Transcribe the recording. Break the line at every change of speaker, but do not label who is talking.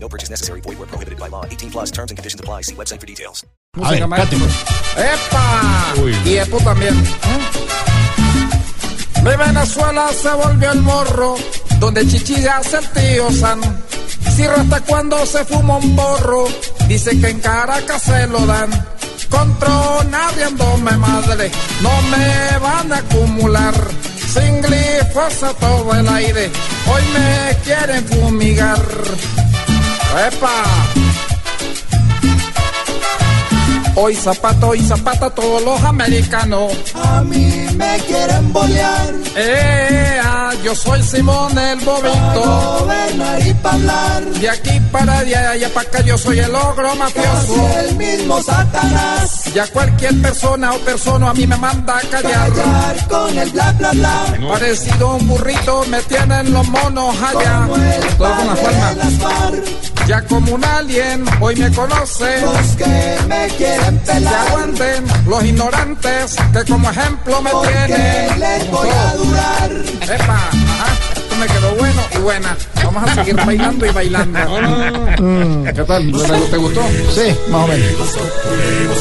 No purchase necessary. Void where prohibited by law. 18 plus terms and conditions apply. See website for details.
A ver, cáteme.
¡Epa!
Uy.
Y de puta también. De Venezuela se volvió el morro, donde chichillas el tío San. Sirra hasta cuando se fuma un borro, dicen que en Caracas se lo dan. Controna riéndome madre, no me van a acumular. Sin glifosa todo el aire, hoy me quieren fumigar. ¡Epa! Hoy zapato y zapata todos los americanos.
A mí me quieren bolear,
Eh, ah, yo soy Simón el Bobito.
gobernar y pa' hablar.
De aquí para allá, allá para acá, yo soy el ogro
Casi
mafioso.
el mismo Satanás.
Ya cualquier persona o persona a mí me manda a callar.
Callar con el bla bla bla.
Parecido a un burrito, me tienen los monos allá.
Como el
Todo con la
padre
palma.
de las FARC.
Ya como un alien, hoy me conocen.
Los que me quieren
Que
pelar.
aguanten los ignorantes que como ejemplo me
Porque
tienen.
les voy a durar.
Epa, ajá, esto me quedó bueno y buena. Vamos a seguir bailando y bailando. ¿Qué tal? Bueno, ¿Te gustó?
Sí, más o menos.